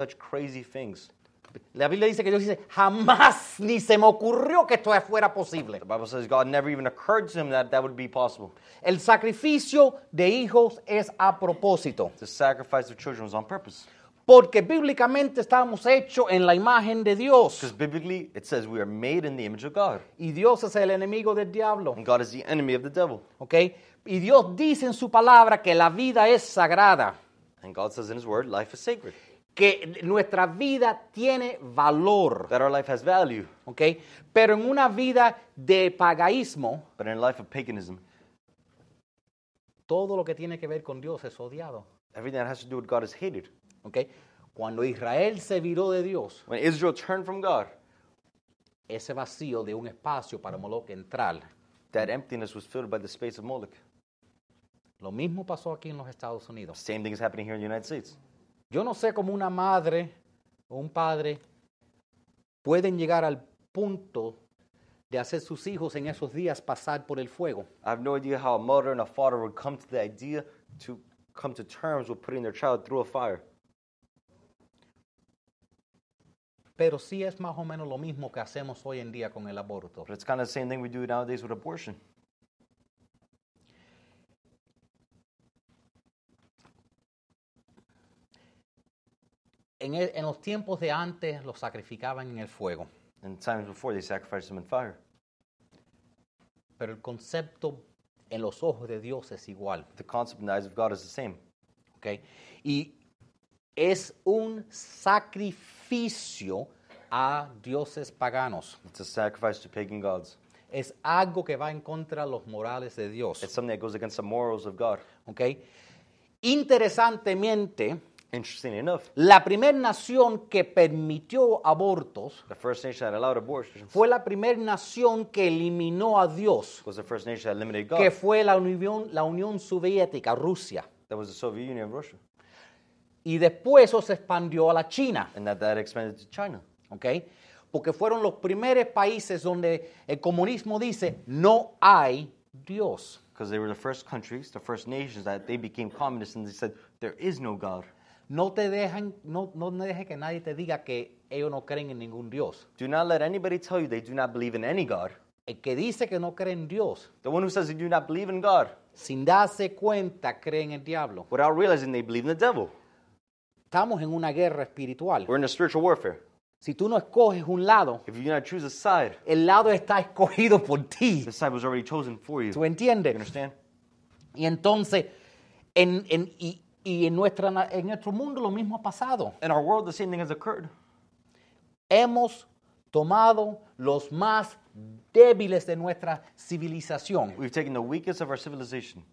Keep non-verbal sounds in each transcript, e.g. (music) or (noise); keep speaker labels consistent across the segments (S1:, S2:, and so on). S1: such crazy things.
S2: La Biblia dice que Dios dice, jamás ni se me ocurrió que esto fuera posible.
S1: The Bible says God never even occurred to him that that would be possible.
S2: El sacrificio de hijos es a propósito,
S1: The sacrifice of children was on purpose.
S2: porque bíblicamente estamos hechos en la imagen de Dios
S1: Because biblically, it says we are made in the image of God,
S2: y Dios es el enemigo del diablo,
S1: and God is the enemy of the devil.
S2: ¿ok? Y Dios dice en su palabra que la vida es sagrada,
S1: And God says in His Word, life is sacred,
S2: que nuestra vida tiene valor,
S1: that our life has value.
S2: ¿ok? Pero en una vida de pagaísmo,
S1: But in a life of paganism,
S2: todo lo que tiene que ver con Dios es odiado,
S1: everything that has to do with God is hated.
S2: ¿ok? Cuando Israel se viró de Dios,
S1: When Israel turned from God,
S2: ese vacío de un espacio para Moloch entrar.
S1: that emptiness was filled by the space of Moloch.
S2: Lo mismo pasó aquí en los Estados Unidos.
S1: Same thing is happening here in the United States.
S2: Yo no sé cómo una madre o un padre pueden llegar al punto de hacer sus hijos en esos días pasar por el fuego.
S1: I have no idea how a mother and a father would come to the idea to come to terms with putting their child through a fire.
S2: Pero sí es más o menos lo mismo que hacemos hoy en día con el aborto.
S1: But it's kind of the same thing we do nowadays with abortion.
S2: En, el- en los tiempos de antes los sacrificaban en el fuego,
S1: And times before, they sacrificed them in fire.
S2: pero el concepto en los ojos de Dios es igual.
S1: The concept in the eyes of God is the same.
S2: ¿ok? Y es un sacrificio a dioses paganos.
S1: It's a sacrifice to pagan gods.
S2: Es algo que va en contra de los morales de Dios.
S1: It's something that goes against the morals of God.
S2: ¿ok? Interesantemente,
S1: Interestingly enough,
S2: la primera nación que permitió abortos
S1: the First Nation that allowed abortion
S2: fue la primera nación que eliminó a Dios,
S1: was the First Nation that eliminated
S2: que
S1: God.
S2: fue la Unión, la Unión Soviética, Rusia.
S1: That was the Soviet Union of Russia.
S2: Y después eso se expandió a la China.
S1: And that, that expanded to China.
S2: ¿ok? Porque fueron los primeros países donde el comunismo dice no hay Dios.
S1: Because they were the first countries, the first nations that they became communists and they said, there is no God.
S2: No te dejan, no, no dejes que nadie te diga que ellos no creen en ningún Dios.
S1: Do not let anybody tell you they do not believe in any God.
S2: El que dice que no cree en Dios,
S1: The one who says they do not believe in God
S2: sin darse cuenta, cree en el diablo.
S1: without realizing they believe in the devil.
S2: Estamos en una guerra espiritual.
S1: We're in a spiritual warfare.
S2: Si tú no escoges un lado,
S1: If you do not choose a side,
S2: el lado está (laughs) escogido por ti.
S1: the side was already chosen for you.
S2: ¿Tú
S1: You
S2: entiendes?
S1: understand?
S2: Y entonces, en, en- y, y en, nuestra, na- en nuestro mundo lo mismo ha pasado.
S1: In our world, the same thing has occurred.
S2: hemos tomado los más débiles de nuestra civilización
S1: We've taken the weakest of our civilization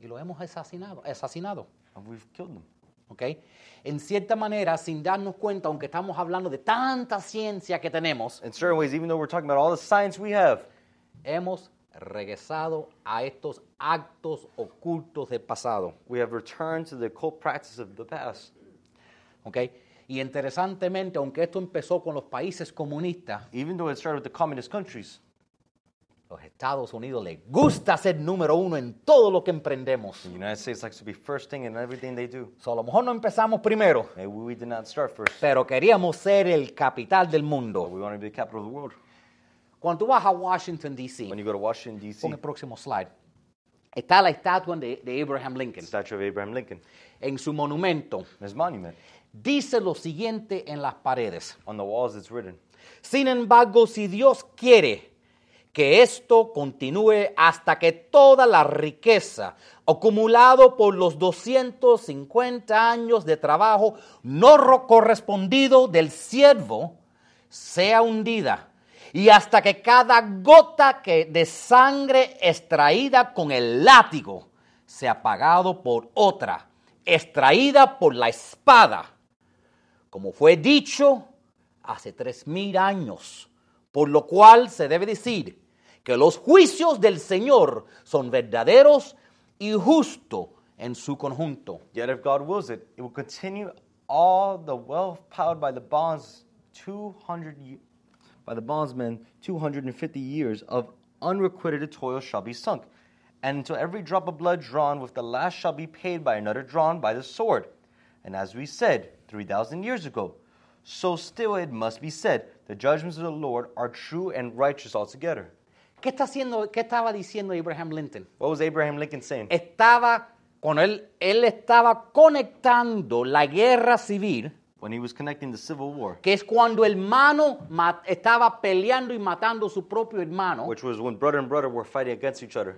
S2: y los hemos asesinado, asesinado,
S1: and we've killed them.
S2: ¿ok? En cierta manera, sin darnos cuenta, aunque estamos hablando de tanta ciencia que tenemos,
S1: In certain ways, even though we're talking about all the science we have,
S2: hemos regresado a estos actos ocultos del pasado,
S1: we have returned to the occult practice of the past.
S2: ¿ok? Y interesantemente, aunque esto empezó con los países comunistas,
S1: Even though it started with the communist countries,
S2: los Estados Unidos les gusta ser número uno en todo lo que emprendemos.
S1: the United States likes to be first thing in everything they do.
S2: So, a lo mejor no empezamos primero,
S1: Maybe we did not start first,
S2: pero queríamos ser el capital del
S1: but
S2: mundo.
S1: we want to be the capital of the world.
S2: Cuando tú vas a Washington,
S1: When
S2: D.C.,
S1: you go to Washington, D.C.,
S2: pon el próximo slide, está la estatua de, de Abraham
S1: the
S2: Lincoln.
S1: statue of Abraham Lincoln,
S2: En su monumento
S1: his monument.
S2: dice lo siguiente en las paredes.
S1: On the walls, it's written,
S2: Sin embargo, si Dios quiere que esto continúe hasta que toda la riqueza acumulado por los 250 años de trabajo no ro- correspondido del siervo sea hundida y hasta que cada gota que- de sangre extraída con el látigo sea pagado por otra extraída por la espada como fue dicho hace tres mil años, por lo cual se debe decir que los juicios del Señor son verdaderos y justos en su conjunto.
S1: Yet if God wills it, it will continue all the wealth piled by the bonds 200 ye- by the bondsmen 250 years of unrequited toil shall be sunk, and until every drop of blood drawn with the last shall be paid by another drawn by the sword. And as we said, 3,000 years ago. So still it must be said, the judgments of the Lord are true and righteous altogether.
S2: ¿Qué, está haciendo, ¿Qué estaba diciendo Abraham Lincoln?
S1: What was Abraham Lincoln saying?
S2: Estaba, con él, él estaba conectando la guerra civil,
S1: When he was connecting the Civil War,
S2: que es cuando el hermano ma- estaba peleando y matando a su propio hermano.
S1: which was when brother and brother were fighting against each other.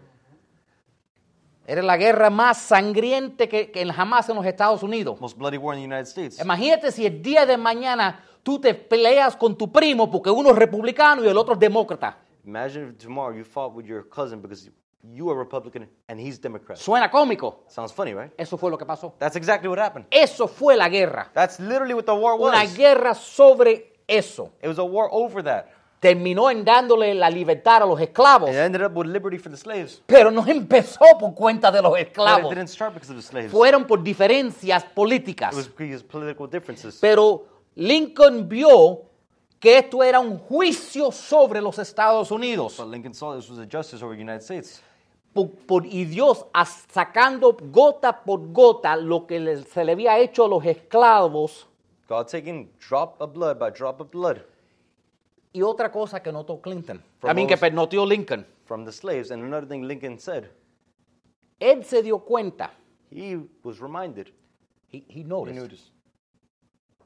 S2: Era la guerra más sangriente que, que jamás en los Estados Unidos.
S1: Most bloody war in the United States.
S2: Imagínate si el día de mañana tú te peleas con tu primo porque uno es republicano y el otro es demócrata.
S1: Imagine if tomorrow you fought with your cousin because you are Republican and he's Democrat.
S2: Suena cómico.
S1: Sounds funny, right?
S2: Eso fue lo que pasó.
S1: That's exactly what happened.
S2: Eso fue la guerra.
S1: That's literally what the war
S2: Una
S1: was.
S2: guerra sobre eso.
S1: It was a war over that.
S2: Terminó en dándole la libertad a los esclavos.
S1: It ended up with liberty for the slaves.
S2: Pero no empezó por cuenta de los
S1: But it
S2: esclavos.
S1: didn't start because of the slaves. It
S2: Fueron por diferencias
S1: was
S2: políticas.
S1: because of political differences.
S2: Pero Lincoln vio que esto era un juicio sobre los Estados Unidos.
S1: But Lincoln saw this was a justice over the United States.
S2: Por- por- y Dios as- sacando gota por gota lo que le- se le había hecho a los esclavos
S1: God taking drop of blood by drop of blood
S2: y otra cosa que notó Clinton,
S1: From
S2: también que
S1: those-
S2: notó Lincoln.
S1: from the slaves. And another thing Lincoln said,
S2: Él se dio cuenta,
S1: he was reminded.
S2: he- he
S1: He
S2: noticed,
S1: knew this.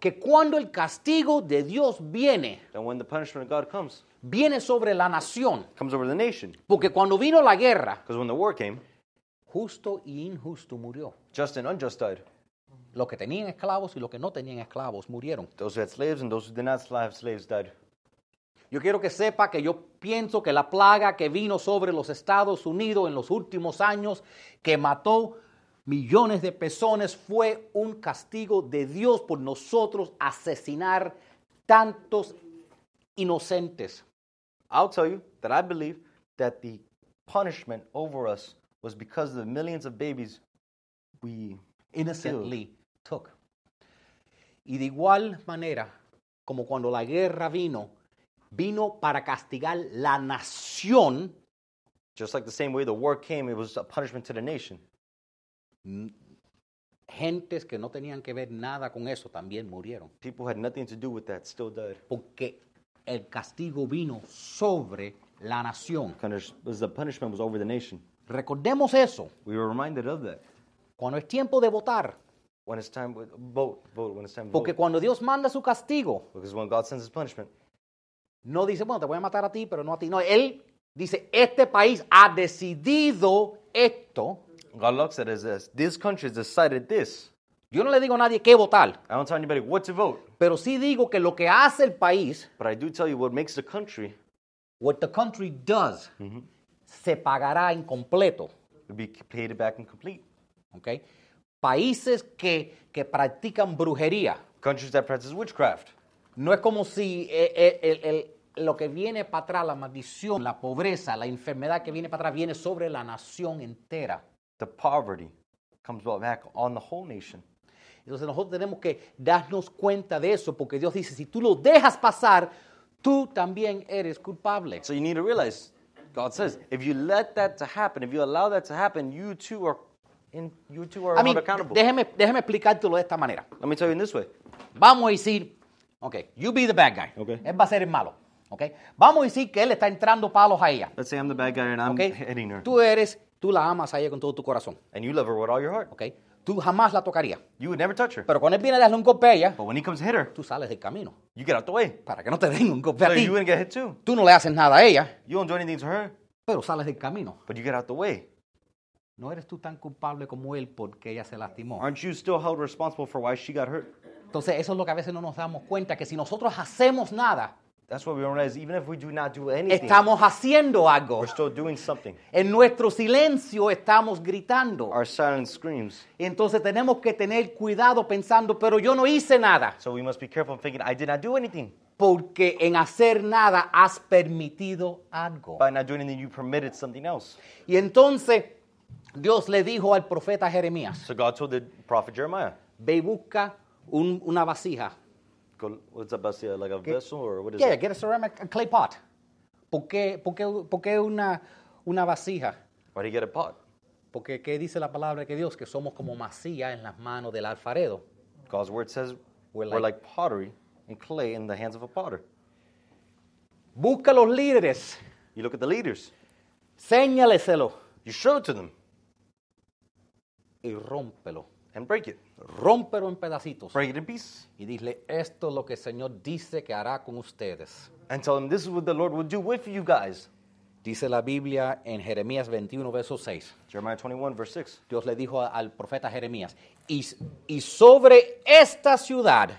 S2: que cuando el castigo de Dios viene,
S1: That when the punishment of God comes,
S2: viene sobre la nación.
S1: comes over the nation.
S2: Porque cuando vino la guerra,
S1: Because when the war came,
S2: justo y injusto murió.
S1: just and unjust died.
S2: Los que tenían esclavos y los que no tenían esclavos murieron.
S1: Those who had slaves and those who did not have slaves died.
S2: Yo quiero que sepa que yo pienso que la plaga que vino sobre los Estados Unidos en los últimos años, que mató millones de personas, fue un castigo de Dios por nosotros asesinar tantos inocentes.
S1: I'll tell you that I believe that the punishment over us was because of the millions of babies we
S2: Innocently took. Y de igual manera, como cuando la guerra vino, vino para castigar la nación,
S1: just like the same way the war came, it was a punishment to the nation.
S2: gentes que no tenían que ver nada con eso también murieron.
S1: People who had nothing to do with that still died.
S2: porque el castigo vino sobre la nación.
S1: Punish- was the punishment was over the nation.
S2: Recordemos eso.
S1: We were reminded of that
S2: Cuando es tiempo de votar,
S1: when it's time with vote, vote when it's time to
S2: porque
S1: vote.
S2: cuando Dios manda su castigo,
S1: Because when God sends His punishment,
S2: no dice, bueno, te voy a matar a ti, pero no a ti. No, Él dice, este país ha decidido esto.
S1: God looks at it as this: this country has decided this.
S2: Yo no le digo a nadie qué votar,
S1: I don't tell anybody what to vote,
S2: pero sí digo que lo que hace el país,
S1: but I do tell you what makes the country
S2: what the country does, se pagará incompleto.
S1: will be paid back and complete.
S2: ¿ok? Países que, que practican brujería,
S1: Countries that practice witchcraft.
S2: No es como si eh, eh, el- el- lo que viene para atrás, la maldición, la pobreza, la enfermedad que viene para atrás, viene sobre la nación entera.
S1: The poverty comes back on the whole nation.
S2: Entonces nosotros tenemos que darnos cuenta de eso, porque Dios dice, si tú lo dejas pasar, tú también eres culpable.
S1: So you need to realize, God says, if you let that to happen, if you allow that to happen, you too are, in, you too are
S2: A mí,
S1: held accountable.
S2: déjeme, déjeme explicártelo de esta manera.
S1: Let me tell you in this way.
S2: Vamos a decir, ok, you be the bad guy.
S1: Ok.
S2: Él va a ser el malo. ok. Vamos a decir que él está entrando palos a ella.
S1: Let's say I'm the bad guy and I'm
S2: ok.
S1: hitting her,
S2: Tú eres, tú la amas a ella con todo tu corazón.
S1: and you love her with all your heart.
S2: ok. Tú jamás la tocarías.
S1: You would never touch her.
S2: Pero cuando él viene a darle un golpe a ella,
S1: But when he comes to hit her,
S2: tú sales del camino
S1: you get out the way.
S2: para que no te den un golpe
S1: So
S2: a ti.
S1: you're gonna get hit too.
S2: Tú no le haces nada a ella,
S1: You don't do anything to her,
S2: pero sales del camino.
S1: but you get out the way.
S2: No eres tú tan culpable como él porque ella se lastimó.
S1: Aren't you still held responsible for why she got hurt?
S2: Entonces eso es lo que a veces no nos damos cuenta, que si nosotros hacemos nada,
S1: That's what we don't realize. Even if we do not do anything,
S2: estamos haciendo algo.
S1: we're still doing something.
S2: En nuestro silencio estamos gritando.
S1: Our silent screams.
S2: Entonces tenemos que tener cuidado pensando, pero yo no hice nada,
S1: So we must be careful of thinking, I did not do anything.
S2: porque en hacer nada has permitido algo.
S1: By not doing anything, you permitted something else.
S2: Y entonces Dios le dijo al profeta Jeremías,
S1: So God told the prophet Jeremiah,
S2: ve y busca un- una vasija.
S1: go, what's up, Basia? Like a vessel or what is
S2: Yeah,
S1: it?
S2: get a ceramic a clay pot. ¿Por qué, por qué, por qué una, una vasija?
S1: Why do you get a pot?
S2: Porque ¿qué dice la palabra que Dios? Que somos como masía en las manos del alfarero.
S1: God's word says
S2: We're
S1: We're
S2: like-
S1: like pottery and clay in the hands of a potter.
S2: Busca a los líderes,
S1: You look at the leaders,
S2: séñaleselo
S1: you show it to them
S2: y rómpelo.
S1: and break it.
S2: Rómpelo en pedacitos.
S1: Break it in pieces.
S2: Y dile, esto es lo que el Señor dice que hará con ustedes.
S1: And tell them this is what the Lord will do with you guys.
S2: Dice la Biblia en Jeremías 21, verso 6.
S1: Jeremiah 21, verse 6.
S2: Dios le dijo a- al profeta Jeremías, y, y sobre esta ciudad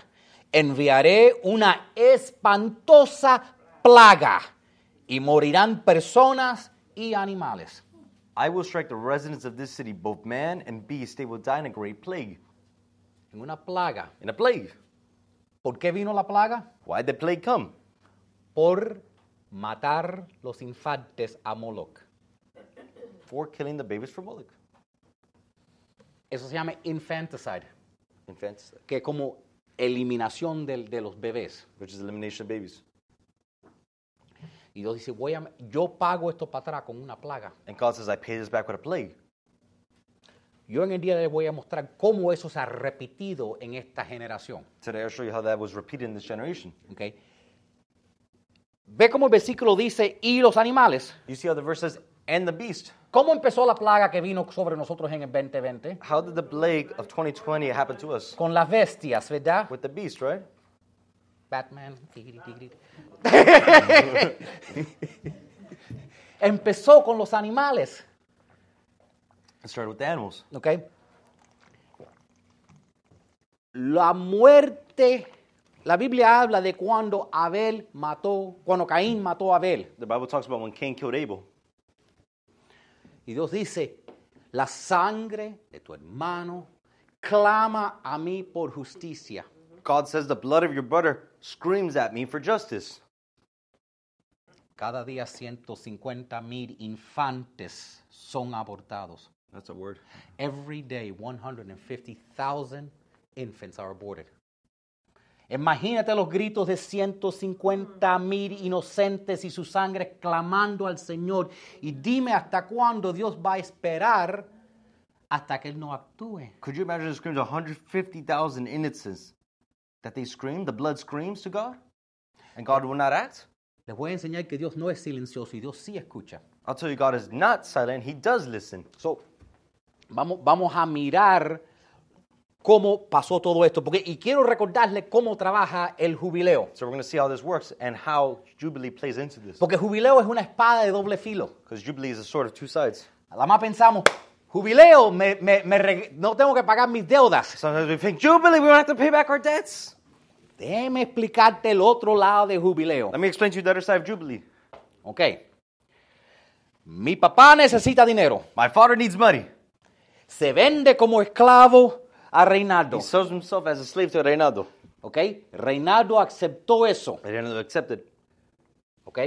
S2: enviaré una espantosa plaga y morirán personas y animales.
S1: I will strike the residents of this city, both man and beast. They will die in a great plague.
S2: En una plaga.
S1: In a plague.
S2: ¿Por qué vino la plaga?
S1: Why'd the plague come?
S2: Por matar los infantes a Moloch.
S1: For killing the babies for Moloch.
S2: Eso se llama infanticide,
S1: Infanticide,
S2: que es como eliminación del- de los bebés.
S1: which is elimination of babies.
S2: Y Dios dice, voy a, yo pago esto para atrás con una plaga.
S1: And God says, I pay this back with a plague.
S2: Yo en el día de hoy voy a mostrar cómo eso se ha repetido en esta generación.
S1: Today I'll show you how that was repeated in this generation.
S2: ¿ok? Ve cómo el versículo dice, y los animales.
S1: You see how the verse says, and the beast.
S2: ¿Cómo empezó la plaga que vino sobre nosotros en el 2020?
S1: How did the plague of 2020 happen to us?
S2: Con las bestias, ¿verdad?
S1: With the beast, right?
S2: Batman. tigri, tigri. (laughs) empezó con los animales.
S1: It started with the animals.
S2: ¿ok? La muerte, la Biblia habla de cuando Abel mató, cuando Caín mató a Abel.
S1: The Bible talks about when Cain killed Abel.
S2: Y Dios dice, la sangre de tu hermano clama a mí por justicia.
S1: God says, the blood of your brother screams at me for justice.
S2: Cada día 150 mil infantes son abortados.
S1: That's a word.
S2: Every day 150,000 infants are aborted. Imagínate los gritos de 150 mil inocentes y su sangre clamando al Señor. Y dime hasta cuándo Dios va a esperar hasta que Él no actúe.
S1: Could you imagine the screams of 150,000 innocents that they scream, the blood screams to God, and God will not act?
S2: Les voy a enseñar que Dios no es silencioso y Dios sí escucha.
S1: I'll tell you, God is not silent, He does listen.
S2: So, vamos, vamos a mirar cómo pasó todo esto. Porque, y quiero recordarle cómo trabaja el jubileo.
S1: So we're going to see how this works and how Jubilee plays into this.
S2: Porque jubileo es una espada de doble filo.
S1: Because Jubilee is a sword of two sides.
S2: Nada más pensamos, jubileo, me- me- me reg- no tengo que pagar mis deudas.
S1: Sometimes we think, Jubilee, we don't have to pay back our debts.
S2: Déjeme explicarte el otro lado de jubileo.
S1: Let me explain to you the other side of Jubilee.
S2: Ok. Mi papá necesita dinero.
S1: My father needs money.
S2: Se vende como esclavo a Reinaldo.
S1: He sells himself as a slave to Reynaldo.
S2: Ok. Reinaldo aceptó eso.
S1: Reynaldo accepted.
S2: ¿ok?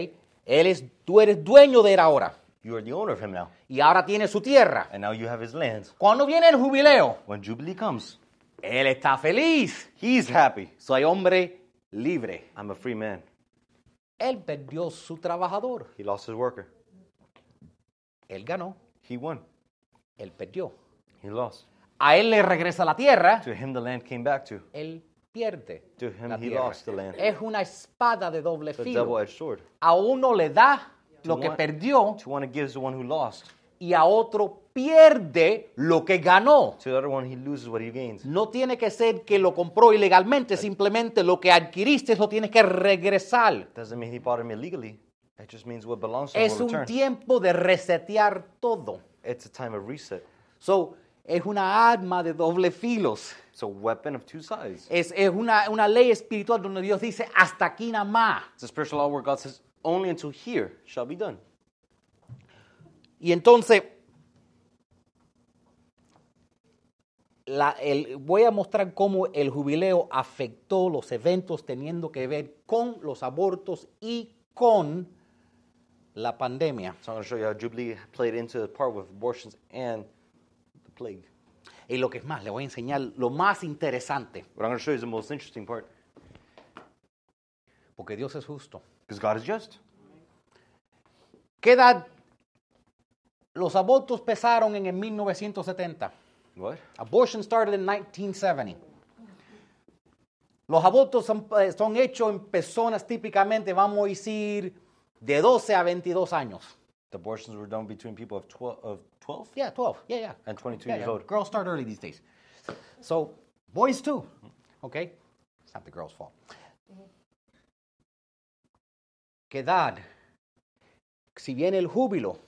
S2: Él es, tú eres dueño de él ahora
S1: You are the owner of him now.
S2: y ahora tiene su tierra.
S1: And now you have his land.
S2: Cuando viene el jubileo,
S1: When Jubilee comes,
S2: él está feliz.
S1: he's happy.
S2: Soy hombre libre.
S1: I'm a free man.
S2: Él perdió su trabajador.
S1: He lost his worker.
S2: Él ganó.
S1: He won.
S2: Él perdió.
S1: He lost.
S2: A él le regresa la tierra.
S1: To him, the land came back to.
S2: Él pierde.
S1: To him,
S2: la
S1: he
S2: tierra.
S1: lost the land.
S2: Es una espada de doble
S1: The
S2: filo.
S1: double edged sword.
S2: A uno le da lo
S1: To
S2: que
S1: one-
S2: perdió
S1: To one, it gives the one who lost.
S2: y a otro pierde lo que ganó.
S1: To the other one, he loses what he gains.
S2: No tiene que ser que lo compró ilegalmente, simplemente lo que adquiriste lo tienes que regresar.
S1: Doesn't mean he bought him illegally. It just means what belongs to him
S2: Es
S1: will
S2: un
S1: return.
S2: tiempo de resetear todo.
S1: It's a time of reset.
S2: So, es una arma de doble filos.
S1: It's a weapon of two sides.
S2: Es, es una, una ley espiritual donde Dios dice, hasta aquí nada más.
S1: It's a spiritual law where God says, only until here shall be done.
S2: Y entonces, la- el- voy a mostrar cómo el jubileo afectó los eventos teniendo que ver con los abortos y con la pandemia.
S1: So I'm going to show you how Jubilee played into the part with abortions and the plague.
S2: Y lo que es más, le voy a enseñar lo más interesante,
S1: What I'm going to show you is the most interesting part
S2: porque Dios es justo.
S1: because God is just.
S2: ¿Qué edad? Los abortos empezaron en el 1970.
S1: What?
S2: Abortion started in 1970. Los abortos son, eh, son hechos en personas típicamente, vamos a decir, de 12 a 22 años.
S1: Abortions were done between people of 12, of 12
S2: Yeah, 12. Yeah, yeah.
S1: and 22
S2: Yeah,
S1: years
S2: yeah.
S1: old.
S2: Girls start early these days. So, boys too. Okay? It's not the girls' fault. ¿Qué edad? Si viene el júbilo,
S1: What,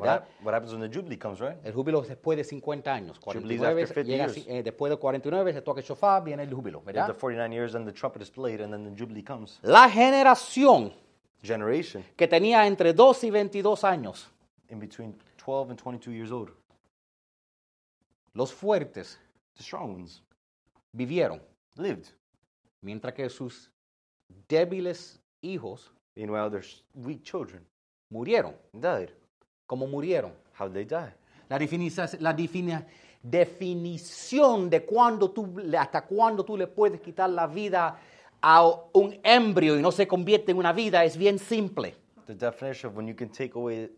S2: ¿verdad?
S1: hap- what happens when the Jubilee comes, right?
S2: El júbilo es después de 50 años.
S1: Jubilee's
S2: 49,
S1: after 50
S2: llega
S1: years.
S2: así, eh, después de 49 se toca el shofar, viene el júbilo,
S1: At
S2: ¿verdad?
S1: the 49 years, and the trumpet is played, and then the Jubilee comes.
S2: La generación
S1: Generation
S2: que tenía entre 2 y 22 años,
S1: in between 12 and 22 years old.
S2: los fuertes
S1: The strong ones
S2: vivieron,
S1: lived.
S2: mientras que sus débiles hijos
S1: Meanwhile, their s- weak children
S2: murieron.
S1: died.
S2: como murieron.
S1: How'd they die?
S2: La, definiza- la defini- definición de cuándo tú, hasta cuándo tú le puedes quitar la vida a un embrio y no se convierte en una vida es bien simple.
S1: The definition of when you can take away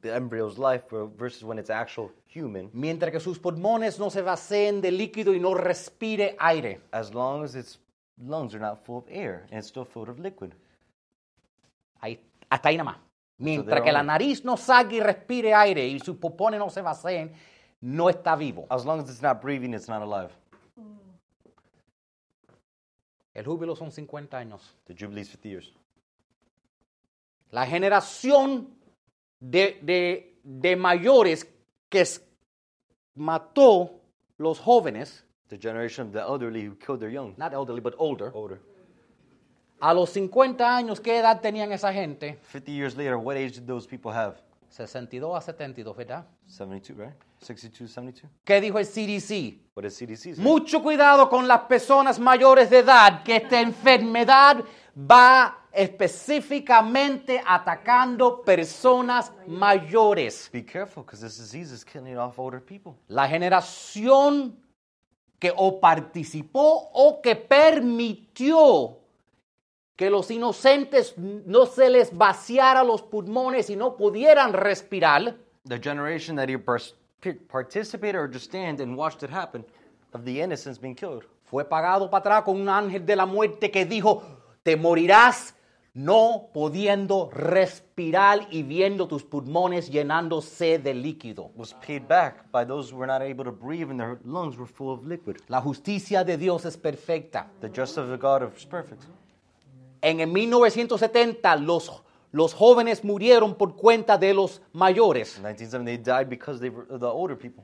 S1: the embryo's life ver- versus when it's actual human,
S2: Mientras que sus pulmones no se vacíen de líquido y no respire aire.
S1: as long as its lungs are not full of air and it's still filled with liquid.
S2: Ahí, hasta ahí nada más. Mientras
S1: they're
S2: que la
S1: only-
S2: nariz no salga y respire aire y sus pulmones no se vacíen, no está vivo.
S1: As long as it's not breathing, it's not alive.
S2: El júbilo son 50 años.
S1: The Jubilee's 50 years.
S2: La generación de, de- de mayores que s- mató los jóvenes,
S1: The generation of the elderly who killed their young.
S2: not elderly, but older,
S1: Older.
S2: a los 50 años, ¿qué edad tenían esa gente?
S1: 50 years later, what age did those people have?
S2: 62 a 72, ¿verdad?
S1: 72, right? 62, 72?
S2: ¿Qué dijo el CDC?
S1: What does CDC say?
S2: Mucho cuidado con las personas mayores de edad, que esta enfermedad va específicamente atacando personas mayores.
S1: Be careful, because this disease is killing off older people.
S2: La generación que o participó o que permitió que los inocentes no se les vaciara los pulmones y no pudieran respirar,
S1: The generation that either pers- participated or just stand and watched it happen of the innocents being killed.
S2: fue pagado para atrás con un ángel de la muerte que dijo, te morirás no pudiendo respirar y viendo tus pulmones llenándose de líquido.
S1: was paid back by those who were not able to breathe and their lungs were full of liquid.
S2: La justicia de Dios es perfecta.
S1: The justice of the God is perfect.
S2: En el 1970 los, los jóvenes murieron por cuenta de los mayores.
S1: In 1970, they died because they were the older people.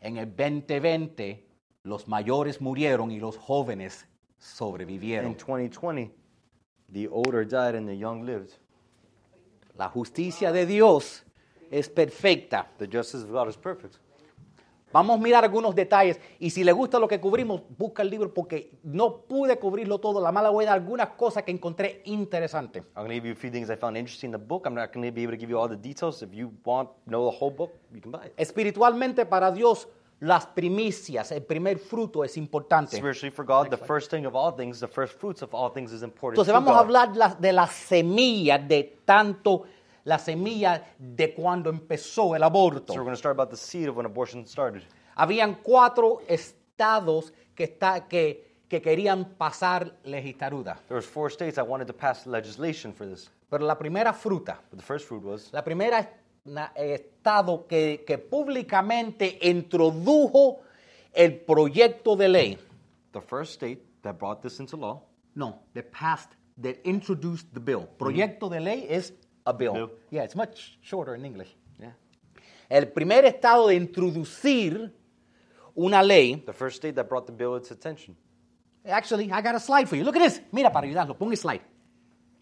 S2: En el 2020 los mayores murieron y los jóvenes
S1: In
S2: sobrevivieron.
S1: 2020, the older died and the young lived.
S2: La justicia de Dios es perfecta.
S1: The justice of God is perfect.
S2: Vamos a mirar algunos detalles y si le gusta lo que cubrimos, busca el libro porque no pude cubrirlo todo. La mala huella, algunas cosas que encontré interesantes.
S1: I'm going to give you a few things I found interesting in the book. I'm not going to be able to give you all the details. If you want know the whole book, you can buy it.
S2: Espiritualmente para Dios, las primicias, el primer fruto es importante.
S1: Spiritually, for God, the first thing of all things, the first fruits of all things is important. to
S2: Entonces vamos a
S1: God.
S2: hablar la- de la semilla de tanto, la semilla de cuando empezó el aborto.
S1: So we're going to start about the seed of when abortion started.
S2: Habían cuatro estados que, está, que, que querían pasar legislatura.
S1: There was four states I wanted to pass legislation for this.
S2: Pero la primera fruta,
S1: But the first fruit was
S2: la primera es- na- eh, estado que, que públicamente introdujo el proyecto de ley.
S1: the first state that brought this into law
S2: No, they passed, they introduced the bill. Proyecto de ley es a bill.
S1: Bill.
S2: Yeah, it's much shorter in English.
S1: Yeah.
S2: El primer estado de introducir una ley.
S1: The first state that brought the bill its attention.
S2: Actually, I got a slide for you. Look at this. Mira, para ayudarlo, pon el slide.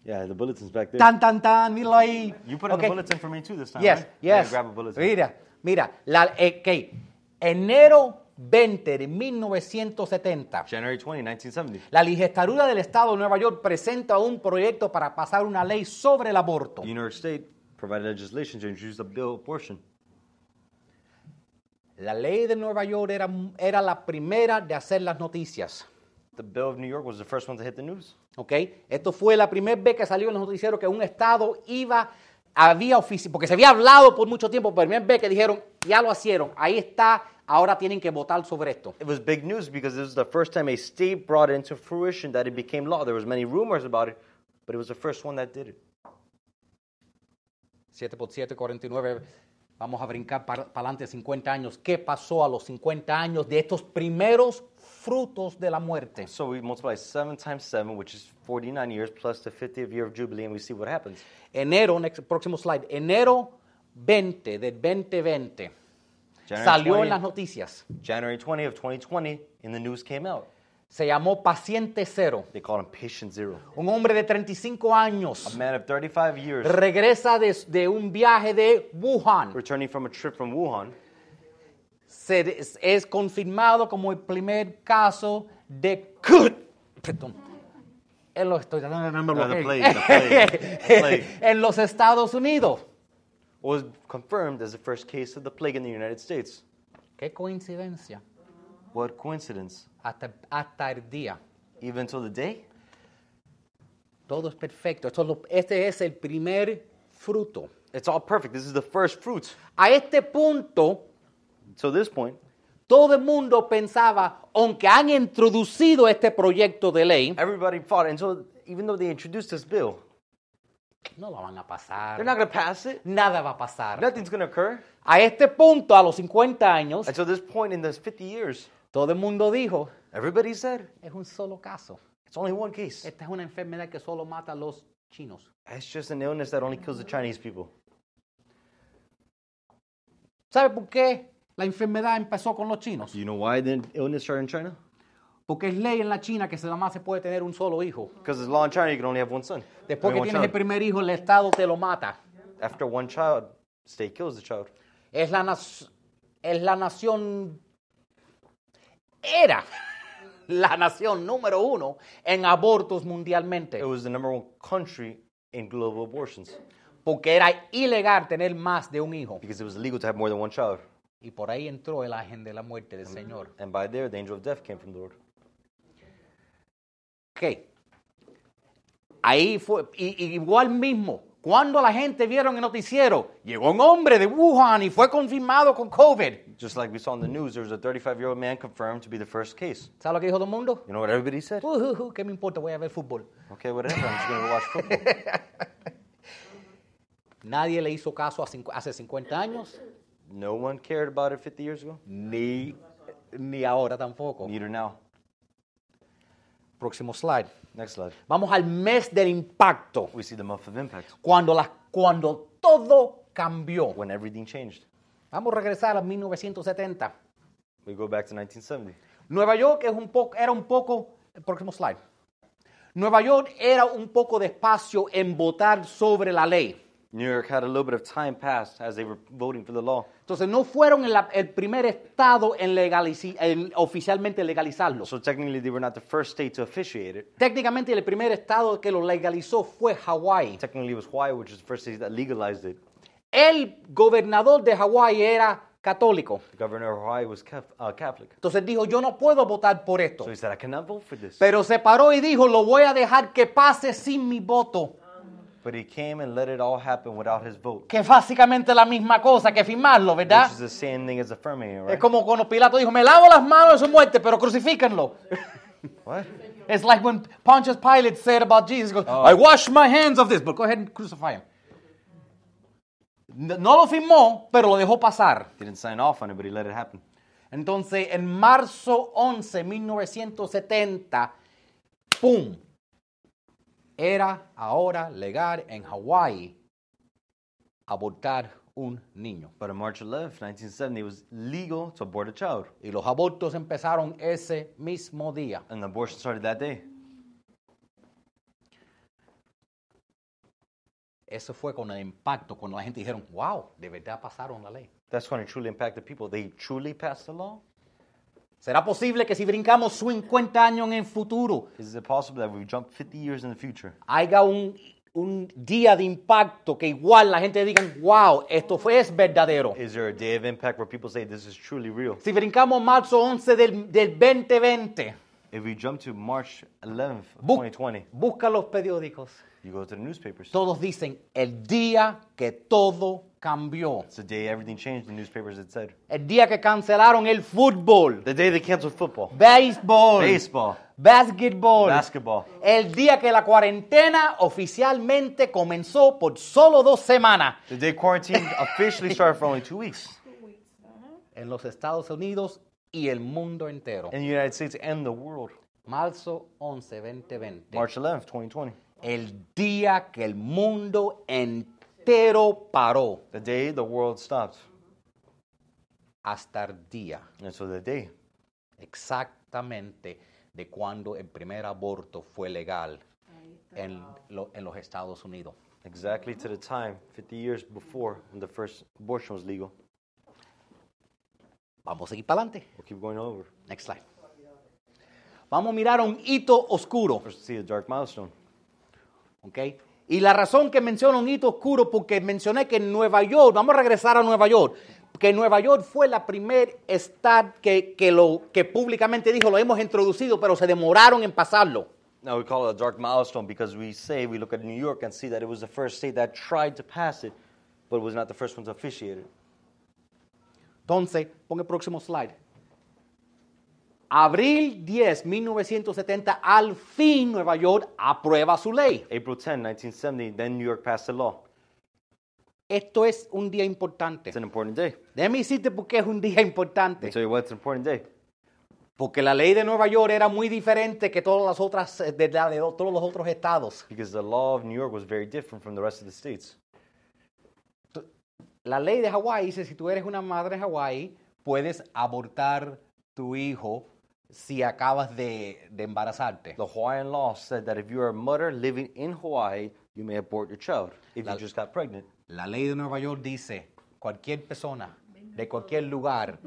S1: Yeah, the bulletin's back there.
S2: Tan, tan, tan, míralo ahí.
S1: You put in
S2: Okay.
S1: the bulletin for me too this time.
S2: Yes,
S1: right? Yeah,
S2: yes.
S1: grab a bulletin.
S2: Mira, mira. La, eh, ok. Enero 20 de 1970.
S1: January 20, 1970.
S2: La legislatura del Estado de Nueva York presenta un proyecto para pasar una ley sobre el aborto.
S1: The New York State provided legislation to introduce the bill abortion.
S2: La ley de Nueva York era, era la primera de hacer las noticias.
S1: The bill of New York was the first one to hit the news.
S2: ¿ok? Esto fue la primera vez que salió en los noticieros que un estado iba, había oficio, porque se había hablado por mucho tiempo, pero la primera vez que dijeron, ya lo hicieron, ahí está, ahora tienen que votar sobre esto.
S1: It was big news because this was the first time a state brought it into fruition that it became law. There was many rumors about it, but it was the first one that did it.
S2: 7 por 7, 49. Vamos a brincar para adelante 50 años. ¿Qué pasó a los 50 años de estos primeros frutos de la muerte?
S1: So we multiply 7 times 7, which is 49 years, plus the 50th year of Jubilee, and we see what happens.
S2: Enero, next- próximo slide, enero 20 del 2020.
S1: January
S2: Salió en
S1: 20.
S2: las noticias.
S1: January 20 of 2020, and the news came out.
S2: Se llamó Paciente Cero.
S1: They called him Patient Zero.
S2: Un hombre de 35
S1: A
S2: años
S1: man of 35 years,
S2: regresa de, de un viaje de Wuhan.
S1: returning from a trip from Wuhan,
S2: Se de- es- es confirmado como el primer caso de COVID. Perdón. En los, estoy tratando de remember
S1: No, Ah, the
S2: lo que-
S1: plague, the plague,
S2: (laughs)
S1: the plague.
S2: en los Estados Unidos.
S1: was confirmed as the first case of the plague in the United States.
S2: Qué coincidencia.
S1: What coincidence?
S2: Hasta, hasta el día.
S1: Even till the day?
S2: Todo es perfecto. Esto es lo- este es el primer fruto.
S1: It's all perfect. This is the first fruits.
S2: A este punto,
S1: So this point,
S2: todo el mundo pensaba, aunque han introducido este proyecto de ley,
S1: everybody fought. And so even though they introduced this bill,
S2: no lo van a
S1: they're
S2: pasar.
S1: not going to pass it.
S2: Nada va a pasar.
S1: Nothing's going to occur.
S2: A este punto, a los 50 años,
S1: And so this point in those 50 years,
S2: todo el mundo dijo,
S1: everybody said,
S2: es un solo caso.
S1: it's only one case.
S2: Esta es una enfermedad que solo mata a los chinos.
S1: It's just an illness that only kills the Chinese people.
S2: ¿Sabe por qué la enfermedad empezó con los chinos?
S1: Do you know why the illness started in China?
S2: Porque es ley en la China que se- nada más se puede tener un solo hijo.
S1: Because there's law in China, you can only have one son.
S2: Después
S1: I mean,
S2: que
S1: one
S2: tienes el
S1: child.
S2: primer hijo, el Estado te lo mata.
S1: After one child, state kills the child.
S2: Es la, nas- es la nación. Era (laughs) la nación número uno en abortos mundialmente.
S1: It was the number one country in global abortions
S2: Porque era ilegal tener más de un hijo.
S1: because it was illegal to have more than one child.
S2: Y por ahí entró el ángel de la muerte del Señor.
S1: And by there, the angel of death came from the Lord.
S2: ¿Qué? Ahí fue. y- y igual mismo. Cuando la gente vieron el noticiero, llegó un hombre de Wuhan y fue confirmado con COVID.
S1: Just like we saw in the news, there was a 35 year old man confirmed to be the first case.
S2: ¿Sabes lo que dijo todo el mundo?
S1: You know what everybody said?
S2: "Ujuju, ¿Qué me importa? Voy a ver fútbol.
S1: Okay, whatever. I'm just going to watch football.
S2: Nadie le hizo caso a cincu- hace 50 años,
S1: No one cared about it 50 years ago.
S2: ni, ni ahora tampoco.
S1: Neither now.
S2: Próximo slide.
S1: Next slide.
S2: Vamos al mes del impacto,
S1: We see the month of impact
S2: cuando, las- cuando todo cambió.
S1: when everything changed.
S2: Vamos a regresar a 1970.
S1: We go back to 1970.
S2: Nueva York es un poco, era un poco, el próximo slide. Nueva York era un poco de espacio en votar sobre la ley.
S1: New York had a little bit of time passed as they were voting for the law.
S2: Entonces no fueron el, el primer estado en, legalici- en oficialmente legalizarlo.
S1: So technically, they were not the first state to officiate it.
S2: Técnicamente el primer estado que lo legalizó fue Hawái.
S1: Technically, it was Hawaii, which was the first state that legalized it.
S2: El gobernador de Hawái era católico.
S1: The governor of Hawaii was Cath- uh, Catholic.
S2: Entonces dijo, yo no puedo votar por esto.
S1: So he said, I cannot vote for this.
S2: Pero se paró y dijo, lo voy a dejar que pase sin mi voto.
S1: But he came and let it all happen without his vote,
S2: Que es básicamente la misma cosa que firmarlo, ¿verdad?
S1: which is the same thing as affirming it,
S2: Es
S1: right?
S2: como cuando Pilato dijo, me lavo las manos de su muerte, pero crucifíquenlo.
S1: What?
S2: It's like when Pontius Pilate said about Jesus, he goes, I wash my hands of this, but go ahead and crucify him. No- No lo firmó, pero lo dejó pasar.
S1: Didn't sign off on it, but he let it happen.
S2: Entonces, en marzo 11, 1970, ¡pum! Era ahora legal en Hawái abortar un niño.
S1: But on March 11th, 1970, it was legal to abort a child.
S2: Y los abortos empezaron ese mismo día.
S1: And abortion started that day.
S2: Eso fue con el impacto, cuando la gente dijeron, wow, de verdad pasaron la ley.
S1: That's when it truly impacted people. They truly passed the law?
S2: ¿Será posible que si brincamos 50 años en el futuro,
S1: Is it possible that we jump 50 years in the future?
S2: haya un, un día de impacto que igual la gente diga, wow, esto fue, es verdadero?
S1: Is there a day of impact where people say this is truly real?
S2: Si brincamos marzo 11 del, del 2020,
S1: If we jump to March 11th, of
S2: Bu-
S1: 2020,
S2: busca los periódicos.
S1: you go to the newspapers.
S2: Todos dicen el día que todo cambió.
S1: It's the day everything changed. The newspapers had said
S2: El día que cancelaron el fútbol,
S1: the day they canceled football,
S2: béisbol,
S1: baseball,
S2: basketball.
S1: basketball.
S2: El día que la cuarentena oficialmente comenzó por solo dos semanas
S1: The day (laughs) quarantine officially started for only two weeks
S2: en los Estados Unidos y el mundo entero.
S1: in the United States and the world.
S2: Marzo 11, 2020.
S1: March 11th, 2020.
S2: El día que el mundo entero paró
S1: The day the world stopped.
S2: hasta el día
S1: And so the day
S2: exactamente de cuando el primer aborto fue legal en, lo- en los Estados Unidos.
S1: Exactly to the time, 50 years before, when the first abortion was legal.
S2: Vamos a seguir para adelante.
S1: We'll keep going over.
S2: Next slide. Vamos a mirar un hito oscuro.
S1: First, see a dark milestone.
S2: ¿ok? Y la razón que menciono un hito oscuro, porque mencioné que en Nueva York, vamos a regresar a Nueva York, que Nueva York fue la primer estad que, que lo, que públicamente dijo, lo hemos introducido, pero se demoraron en pasarlo.
S1: Now we call it a dark milestone because we say we look at New York and see that it was the first state that tried to pass it, but was not the first one to officiate it.
S2: Entonces, pon el próximo slide. Abril 10, 1970, al fin Nueva York aprueba su ley.
S1: April 10, 1970, then New York passed the law.
S2: Esto es un día importante.
S1: It's an important day.
S2: Déjame decirte por qué es un día importante.
S1: I'll tell you what, it's an important day.
S2: Porque la ley de Nueva York era muy diferente que todas las otras eh, de, la de o- todos los otros estados.
S1: Because the law of New York was very different from the rest of the states.
S2: La ley de Hawái dice si tú eres una madre en Hawái puedes abortar tu hijo si acabas de, de embarazarte.
S1: The Hawaiian law said that if you are a mother living in Hawaii, you may abort your child if
S2: La-
S1: you just got pregnant.
S2: La ley de Nueva York dice cualquier persona de cualquier lugar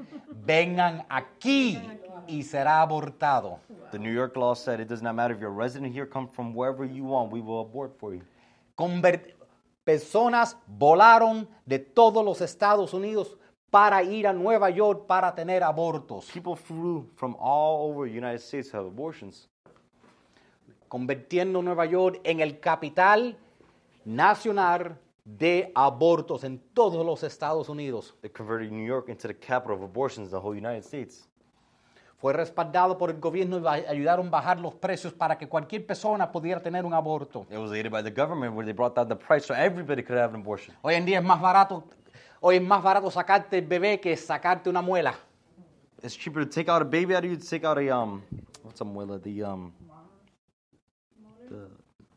S2: vengan aquí y será abortado.
S1: The New York law said it does not matter if you're a resident here, come from wherever you want, we will abort for you.
S2: Conver- personas volaron de todos los Estados Unidos para ir a Nueva York para tener abortos.
S1: People flew from all over the United States to have abortions,
S2: convirtiendo Nueva York en el capital nacional de abortos en todos los Estados Unidos.
S1: They converted New York into the capital of abortions in the whole United States.
S2: Fue respaldado por el gobierno y ba- ayudaron a bajar los precios para que cualquier persona pudiera tener un aborto.
S1: It was aided by the government where they brought down the price so everybody could have an abortion.
S2: Hoy en día es más barato, hoy es más barato sacarte el bebé que sacarte una muela. (laughs)
S1: It's cheaper to take out a baby out of you to take out a um what's a muela? The um the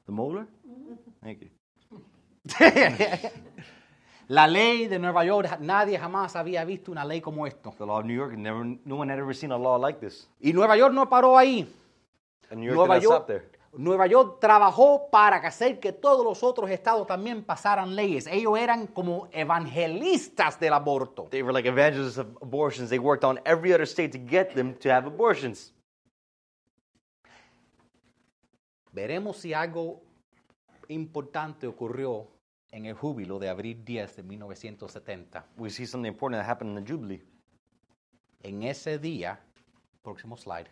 S1: the molar? Thank you.
S2: La ley de Nueva York, nadie jamás había visto una ley como esto.
S1: The law of New York never no one had ever seen a law like this.
S2: Y Nueva York no paró ahí.
S1: And New York
S2: Nueva
S1: did not stop
S2: York,
S1: there.
S2: Nueva York trabajó para hacer que todos los otros estados también pasaran leyes. Ellos eran como evangelistas del aborto.
S1: They were like evangelists of abortions. They worked on every other state to get them to have abortions.
S2: Veremos si algo importante ocurrió en el júbilo de abril 10 de 1970.
S1: We see something important that happened in the Jubilee.
S2: En ese día, próximo slide,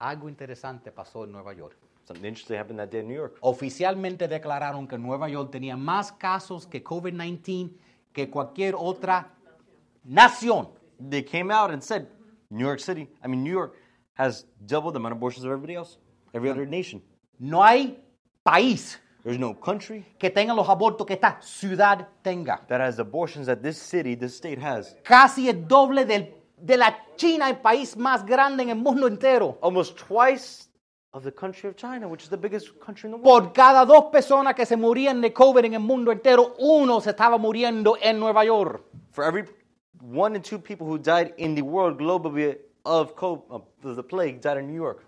S2: algo interesante pasó en Nueva York.
S1: Something interesting happened that day in New York.
S2: Oficialmente declararon que Nueva York tenía más casos que COVID-19 que cualquier otra nación.
S1: They came out and said New York City, I mean New York has double the amount of abortions of everybody else. Every other nation.
S2: No hay país
S1: There's no country
S2: que tenga los abortos que esta ciudad tenga.
S1: that has abortions that this city, this state has.
S2: Casi el doble del- de la China, el país más grande en el mundo entero.
S1: almost twice of the country of China, which is the biggest country in the world.
S2: Por cada dos personas que se morían de COVID en el mundo entero, uno se estaba muriendo en Nueva York.
S1: For every one and two people who died in the world globally of co- of the plague died in New York.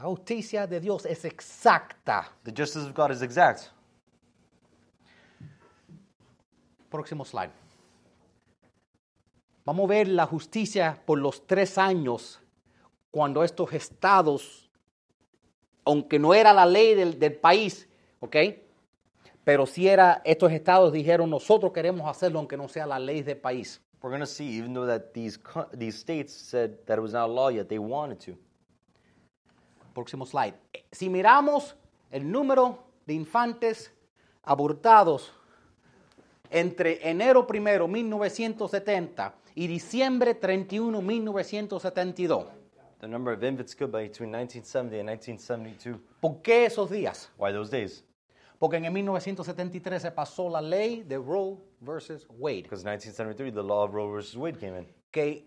S2: La justicia de Dios es exacta.
S1: The justice of God is exact.
S2: Próximo slide. Vamos a ver la justicia por los tres años cuando estos estados, aunque no era la ley del, del país, ¿ok? Pero si era, estos estados dijeron, nosotros queremos hacerlo aunque no sea la ley del país.
S1: We're going to see, even though that these, co- these states said that it was not a law yet, they wanted to.
S2: Próximo slide. Si miramos el número de infantes abortados entre enero 1, 1970 y diciembre 31, 1972,
S1: The number of infants killed by between 1970 and 1972.
S2: ¿por qué esos días?
S1: Why those days?
S2: Porque en el 1973 se pasó la ley de Roe versus Wade,
S1: Because 1973, the law of Roe versus Wade came in.
S2: que